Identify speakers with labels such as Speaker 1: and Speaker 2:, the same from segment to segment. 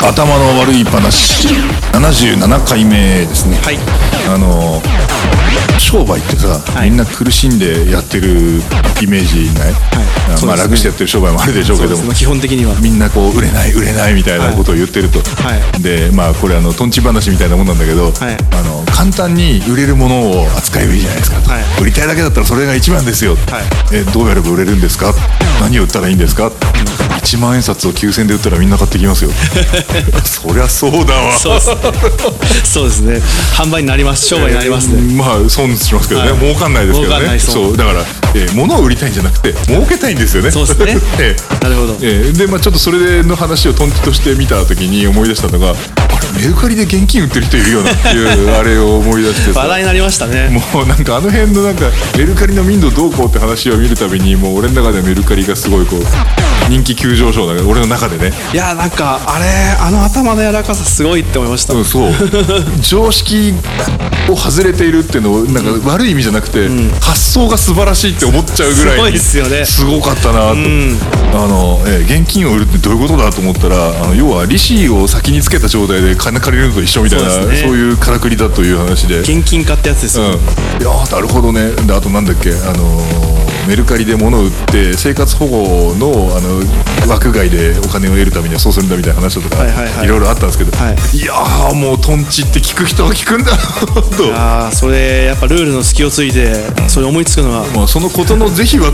Speaker 1: 頭の悪い話77回目ですね、
Speaker 2: はい
Speaker 1: あの商売ってさ、
Speaker 2: い
Speaker 1: みんな苦しんでやってるイメージない、あ
Speaker 2: そうですね
Speaker 1: まあ楽してやってる商売もあるでしょうけ
Speaker 2: そう
Speaker 1: ど
Speaker 2: で
Speaker 1: も
Speaker 2: すね基本的には
Speaker 1: みんなこう売れない売れないみたいなことを言ってると、
Speaker 2: はいは
Speaker 1: でまあこれあのとんち話みたいなもんなんだけど、
Speaker 2: はい
Speaker 1: あの簡単に売れるものを扱えばいいじゃないですかと、
Speaker 2: はい
Speaker 1: 売りたいだけだったらそれが一番ですよ、
Speaker 2: い
Speaker 1: えどうやれば売れるんですか何を売ったらいいんですか1万円札を9000で売ったらみんな買ってきますよ そりゃそうだわ
Speaker 2: そうですねそうですね販売になります商売になりますね、
Speaker 1: えーまあ損しますけどね、
Speaker 2: はい
Speaker 1: 儲かんないですけど
Speaker 2: 儲かんな
Speaker 1: ね
Speaker 2: いそう
Speaker 1: そうだから、えー物を売りたいんじゃなくて儲けたいんですよね
Speaker 2: そうですね
Speaker 1: ええ
Speaker 2: なるほど
Speaker 1: えーでまあちょっとそれの話をトンチとして見た時に思い出したのがあれメルカリで現金売ってる人いるよなっていうあれを思い出して
Speaker 2: 話
Speaker 1: さ
Speaker 2: 題になりましたね
Speaker 1: もうなんかあの辺のなんかメルカリの民度どうこうって話を見るたびにもう俺の中ではメルカリがすごいこう人気急上昇だけど俺の中でね
Speaker 2: いやなんかあれあの頭の柔らかさすごいって思いました、
Speaker 1: うん、そう 常識を外れているっていうのをなんか悪い意味じゃなくて、発想が素晴らしいって思っちゃうぐらいに
Speaker 2: すごいですよね
Speaker 1: すごかったなと、あのえー現金を売るってどういうことだと思ったらあの要は利子を先につけた状態で金借りるのと一緒みたいなそ,、
Speaker 2: そううですね
Speaker 1: いうからくりだという話で
Speaker 2: 現金化ってやつです
Speaker 1: うん
Speaker 2: よ、、
Speaker 1: いやーなるほどねであとなんだっけあのーメルカリで物を売って生活保護のあの枠外でお金を得るためにはそうするんだみたいな話だとか、
Speaker 2: はいいはいはい
Speaker 1: ろいろあったんですけど、、
Speaker 2: はい
Speaker 1: やーもうトンチって聞く人は聞くんだなと
Speaker 2: ああそれやっぱルールの隙をついてそれ思いつくのは
Speaker 1: まあ、そのことの是非は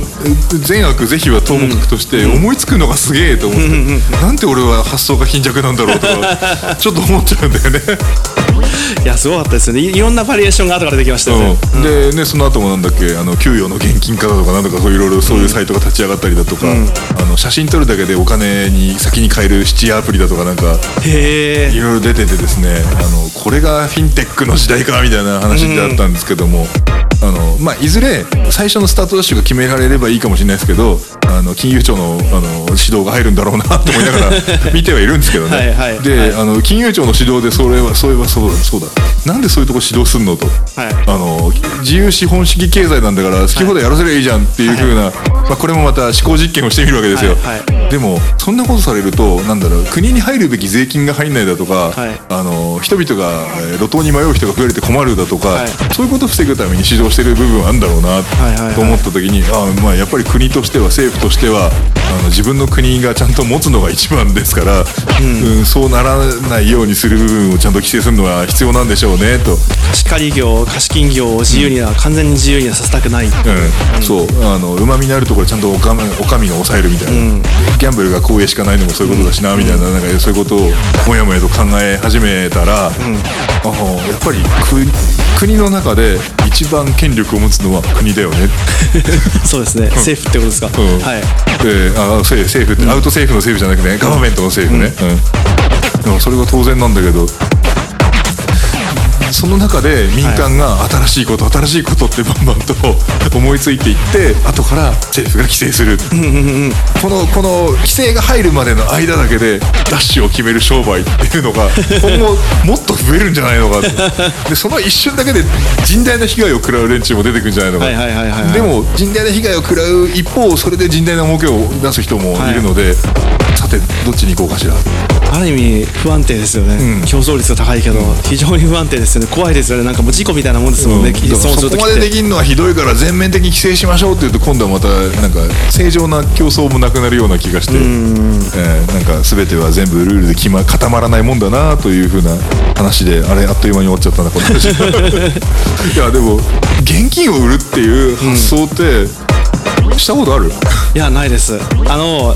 Speaker 1: 善悪是非はともかくとして思いつくのがすげえと思って、なんて俺は発想が貧弱なんだろうとかちょっと思っちゃうんだよね。
Speaker 2: いやすごかったですよねいいろんなバリエーションが後からできましたよね、
Speaker 1: うん、でねその後もなんだっけあの給与の現金化だとかなんとかそういろいろそういうサイトが立ち上がったりだとか、あの写真撮るだけでお金に先に変える質屋アプリだとかなんか
Speaker 2: へ
Speaker 1: い
Speaker 2: え
Speaker 1: ろいろ出ててですねあのこれがフィンテックの時代かみたいな話であったんですけども、あのまあ、いずれ最初のスタートダッシュが決められればいいかもしれないですけどあの金融庁のあの指導が入るんだろうなと思いながら 見てはいるんですけどね
Speaker 2: はいはい
Speaker 1: で、
Speaker 2: はい
Speaker 1: あの金融庁の指導でそれはそういえばそうだそうだなんでそういうとこ指導すんのと、
Speaker 2: はい
Speaker 1: あの自由資本主義経済なんだから好き放題やらせりゃいいじゃんっていう風な、まあ、これもまた思考実験をしてみるわけですよ、
Speaker 2: はいは
Speaker 1: でもそんなことされるとなんだろう国に入るべき税金が入んないだとか、
Speaker 2: はい
Speaker 1: あの人々がえー路頭に迷う人が増えて困るだとか、
Speaker 2: はい
Speaker 1: そういうことを防ぐために指導してる部分はあるんだろうな、
Speaker 2: いはいはい
Speaker 1: と思った時にあ、まあ、やっぱり国としては政府としてはあの自分の国がちゃんと持つのが一番ですから、うんそうならないようにする部分をちゃんと規制するのは必要なんでしょうねと。
Speaker 2: 貸し借り業貸金業を自由には、完全に自由にはさせたくない、
Speaker 1: うん、そうあのうまみのあるところちゃんとおかみおかみが抑えるみたいな、ギャンブルが光栄しかないのもそういうことだしな、みたいななんかそういうことをもやもやと考え始めたら、あのやっぱりく国の中で一番権力を持つのは国だよね、
Speaker 2: そうですね、政府ってことですか、
Speaker 1: うん
Speaker 2: はい
Speaker 1: であせ政府ってアウト政府の政府じゃなくて、ね、ガバメントの政府ね、うんでもそれが当然なんだけどその中で民間が新しいこと、新しいことってバンバンと 思いついていって後から政府が規制する、このこの規制が入るまでの間だけでダッシュを決める商売っていうのが今後 もっと増えるんじゃないのかってでその一瞬だけで甚大な被害を食らう連中も出てくるんじゃないのか、
Speaker 2: はいはいはいはいはい
Speaker 1: でも甚大な被害を食らう一方それで甚大な儲けを出す人もいるので、さてどっちに行こうかしら。
Speaker 2: ある意味不安定ですよね、
Speaker 1: ん
Speaker 2: 競争率が高いけど、非常に不安定ですよね怖いですよねなんかもう事故みたいなもんですもん
Speaker 1: う
Speaker 2: ね、
Speaker 1: んだから
Speaker 2: 損す
Speaker 1: そ
Speaker 2: る
Speaker 1: こと
Speaker 2: き
Speaker 1: ま
Speaker 2: っ
Speaker 1: で
Speaker 2: て
Speaker 1: できんのはひどいから全面的に規制しましょうっていうと今度はまたなんか正常な競争もなくなるような気がして、えーなんか全ては全部ルールで決、ま、固まらないもんだなというふうな話であれあっという間に終わっちゃったなこの 話いやでも現金を売るっていう発想って、したことある
Speaker 2: いやないですあの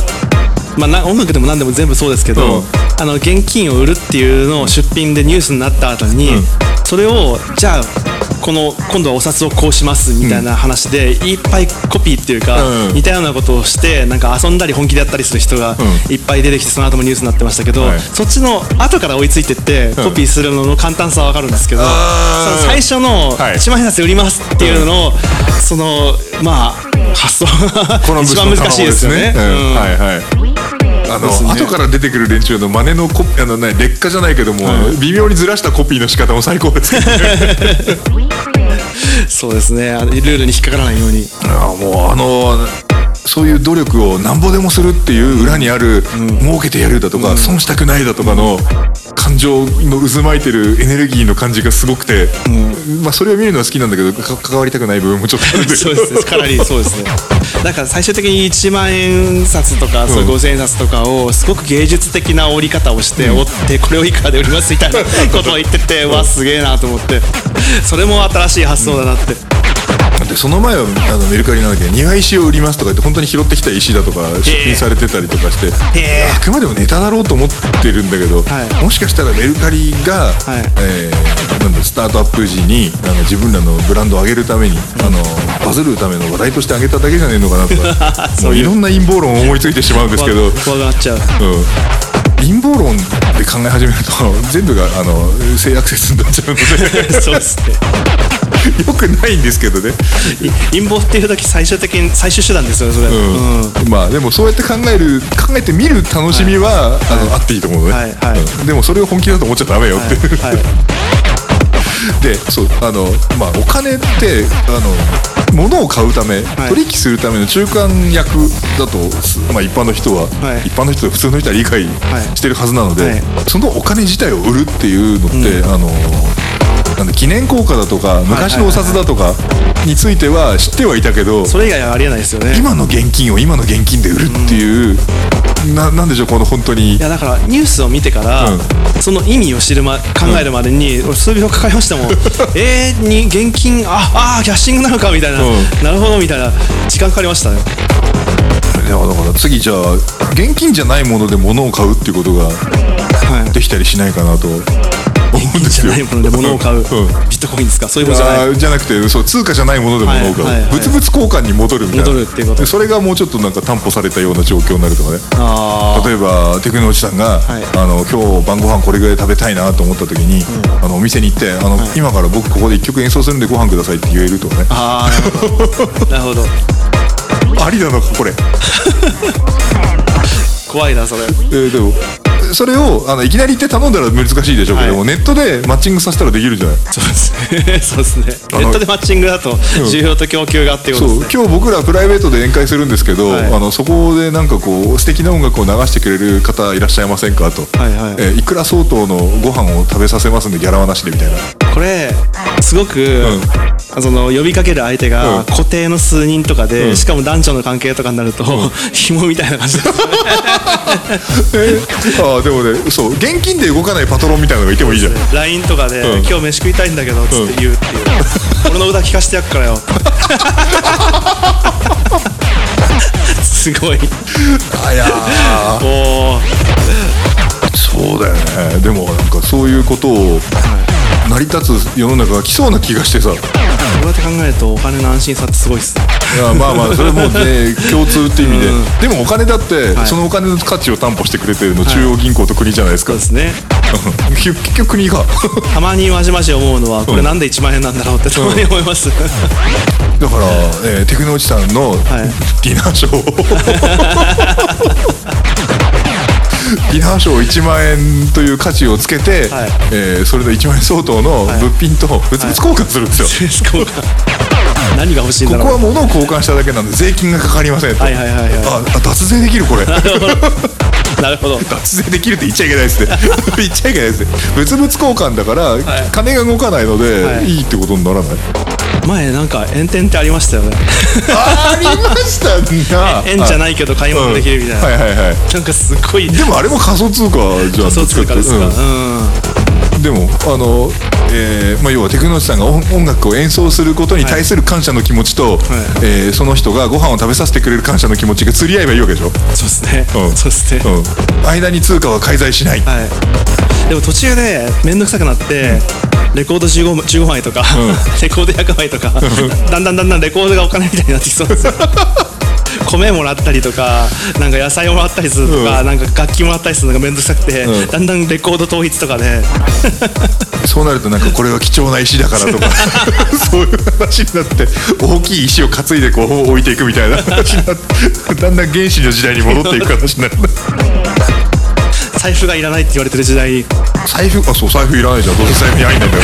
Speaker 2: まあ、な音楽でも何でも全部そうですけど、
Speaker 1: うん
Speaker 2: あの現金を売るっていうのを出品でニュースになった後に、
Speaker 1: うん
Speaker 2: それをじゃあこの今度はお札をこうしますみたいな話で、いっぱいコピーっていうか、
Speaker 1: うん
Speaker 2: 似たようなことをしてなんか遊んだり本気でやったりする人が
Speaker 1: うん
Speaker 2: いっぱい出てきてその後もニュースになってましたけど、
Speaker 1: はい
Speaker 2: そっちの後から追いついてって
Speaker 1: うん
Speaker 2: コピーするのの簡単さは分かるんですけど、
Speaker 1: あー
Speaker 2: その最初の
Speaker 1: はい
Speaker 2: 一万円札売りますっていうのの、そのまあ発想が
Speaker 1: この
Speaker 2: 一番難しいですよね。
Speaker 1: う
Speaker 2: うんん
Speaker 1: はいはいあの、
Speaker 2: ですね
Speaker 1: 後から出てくる連中の真似のコピあの、ね、劣化じゃないけども、微妙にずらしたコピーの仕方も最高ですけどね
Speaker 2: そうですね。あのルールに引っかからないように。
Speaker 1: ああもうあのそういう努力をなんぼでもするっていう裏にある、儲けてやるだとか、損したくないだとかの感情の渦巻いてるエネルギーの感じがすごくて、まあそれを見るのは好きなんだけどか関わりたくない部分もちょっとあるんだけど
Speaker 2: そうですねかなりそうですねだから最終的に1万円札とか、そういう5000円札とかをすごく芸術的な折り方をして折ってこれをいくらで売りますみたいなことを言っててわすげえなと思ってそれも新しい発想だなって、
Speaker 1: でその前はあのメルカリなんだけど庭石を売りますとか言って本当に拾ってきた石だとか出品されてたりとかして、
Speaker 2: へー
Speaker 1: あくまでもネタだろうと思ってるんだけど、
Speaker 2: はい
Speaker 1: もしかしたらメルカリが、
Speaker 2: い
Speaker 1: えーなんだスタートアップ時にあの自分らのブランドを上げるために、あのバズるための話題として上げただけじゃねえのかなと かもういろんな陰謀論を思いついてしまうんですけど。
Speaker 2: 怖怖くなっちゃう
Speaker 1: うん陰謀論で考え始めると全部があの性悪説になっちゃうので
Speaker 2: そうですね
Speaker 1: よくないんですけどね
Speaker 2: い陰謀っていう時最終的に最終手段ですよねそれ、うん
Speaker 1: うんまあでもそうやって考える考えてみる楽しみは、あのあっていいと思うのね、
Speaker 2: はいはい
Speaker 1: うんでもそれを本気だと思っちゃダメよって、
Speaker 2: はい
Speaker 1: でそうあの、まあ、お金ってあの物を買うため、
Speaker 2: い
Speaker 1: 取引するための中間役だと、まあ、一般の人は、
Speaker 2: はい
Speaker 1: 一般の人と普通の人は理解
Speaker 2: い
Speaker 1: してるはずなので、
Speaker 2: はい
Speaker 1: そのお金自体を売るっていうのって、あのなんだ記念硬貨だとか昔のお札だとかについては知ってはいたけど、
Speaker 2: それ以外はありえないですよね
Speaker 1: 今の現金を今の現金で売るっていう、ななんでしょうこの本当に
Speaker 2: いやだからニュースを見てから、
Speaker 1: うん
Speaker 2: その意味を知る、ま、考えるまでに、俺数秒かかりまし たもんえー、に現金ああーキャッシングなのかみたいな、
Speaker 1: うん
Speaker 2: なるほどみたいな時間かかりましたね
Speaker 1: いやだから次じゃあ現金じゃないもので物を買うっていうことが
Speaker 2: はい
Speaker 1: できたりしないかなと思うん
Speaker 2: 現
Speaker 1: で
Speaker 2: 金じ
Speaker 1: す
Speaker 2: ゃ
Speaker 1: よ
Speaker 2: ないもので物を買う、
Speaker 1: んん
Speaker 2: ビットコインですかそういうことじゃない
Speaker 1: あーじゃなくてそう通貨じゃないもので物を買う、
Speaker 2: はいはいはい
Speaker 1: 物々交換に戻るみたいな
Speaker 2: 戻るっていうこと
Speaker 1: でそれがもうちょっとなんか担保されたような状況になるとかね
Speaker 2: あ
Speaker 1: 例えばテクノおじさんが、
Speaker 2: はい
Speaker 1: あの今日晩ご飯これぐらい食べたいなと思った時に、あのお店に行ってあの、今から僕ここで一曲演奏するんでご飯くださいって言えるとかね
Speaker 2: あーなるほどなるほど
Speaker 1: ありなのかこれ
Speaker 2: 怖いなそれ
Speaker 1: えーでもそれをあのいきなり行って頼んだら難しいでしょうけども、
Speaker 2: は
Speaker 1: ネットでマッチングさせたらできるじゃない
Speaker 2: そうですね そうです
Speaker 1: あ
Speaker 2: ね
Speaker 1: の
Speaker 2: ネットでマッチングだと需要と供給があっていうこ
Speaker 1: そ
Speaker 2: と
Speaker 1: う
Speaker 2: ですね
Speaker 1: 今日僕らプライベートで宴会するんですけど、
Speaker 2: はい
Speaker 1: あのそこでなんかこう素敵な音楽を流してくれる方いらっしゃいませんかと、
Speaker 2: はいはい
Speaker 1: えーいくら相当のご飯を食べさせますんでギャラはなしでみたいな
Speaker 2: これすごく、その呼びかける相手
Speaker 1: うん
Speaker 2: が固定の数人とかで、
Speaker 1: うん
Speaker 2: しかも男女の関係とかになると、紐みたいな感 じですね
Speaker 1: ああでもねそう現金で動かないパトロンみたいなのがいてもいいじゃん
Speaker 2: LINE とかで、
Speaker 1: うん
Speaker 2: 今日飯食いたいんだけど」つって言うっていう、俺の歌聞かせてやっ からよ」すごい
Speaker 1: あいやー
Speaker 2: おお
Speaker 1: そうだよねでもなんかそういうことを成り立つ世の中が来そうな気がして さ
Speaker 2: こうやって考えるとお金の安心さってすごいっすね
Speaker 1: いやまあまあそれもね共通って意味で、でもお金だって、
Speaker 2: はい
Speaker 1: そのお金の価値を担保してくれてるの中央銀行と国じゃないですか、
Speaker 2: そうですね
Speaker 1: 結局国が
Speaker 2: たまにまじまじ思うのはこれなんで1万円なんだろうってたまに思い ます、
Speaker 1: だから、えーテクノおじさんの
Speaker 2: い
Speaker 1: ディナーショーを ディナーショーを1万円という価値をつけて、
Speaker 2: はい
Speaker 1: えーそれの1万円相当の物品と物々交換するんですよ、
Speaker 2: しかも何が欲しいんだ
Speaker 1: こ
Speaker 2: ろう
Speaker 1: こは物を交換しただけなんで税金がかかりませんと、
Speaker 2: はいはいはいはい
Speaker 1: ああ脱税できる これ
Speaker 2: なるほど
Speaker 1: 脱税できるって言っちゃいけないですね 言っちゃいけないですね物々交換だから、
Speaker 2: い
Speaker 1: 金が動かないので、、
Speaker 2: はいい
Speaker 1: いってことにならない
Speaker 2: 前なんか炎天ってありましたよね
Speaker 1: ありましたな
Speaker 2: 炎じゃ
Speaker 1: い
Speaker 2: ないけど買い物できるみたいな、
Speaker 1: はいはいはい
Speaker 2: なんかすごい
Speaker 1: でもあれも仮想通貨じゃん
Speaker 2: そう通貨ですか、
Speaker 1: どっ
Speaker 2: うん
Speaker 1: ちってうんでもあの、えーまあ、要はテクノロジーさんが音音楽を演奏することに対する感謝の気持ちと、えーその人がご飯を食べさせてくれる感謝の気持ちが釣り合えばいいわけでしょ
Speaker 2: そうですね、
Speaker 1: うん
Speaker 2: そうですね、
Speaker 1: うん、間に通貨は介在しない、
Speaker 2: はいでも途中で面倒くさくなって、レコード 15, 枚15枚とか、 レコード100枚とかだんだんだんだんレコードがお金みたいになってきそうですよ米もらったりとかなんか野菜をもらったりするとか、
Speaker 1: うん
Speaker 2: なんか楽器もらったりするのが面倒くさくて、
Speaker 1: うん
Speaker 2: だんだんレコード統一とかで
Speaker 1: そうなるとなんかこれは貴重な石だから とかそういう話になって大きい石を担いでこう置いていくみたいな話になってだんだん原始の時代に戻っていく話になる
Speaker 2: 財布がいらないって言われてる時代に
Speaker 1: 財布あそう財布いらないじゃんどうせ財布に入んないんだよ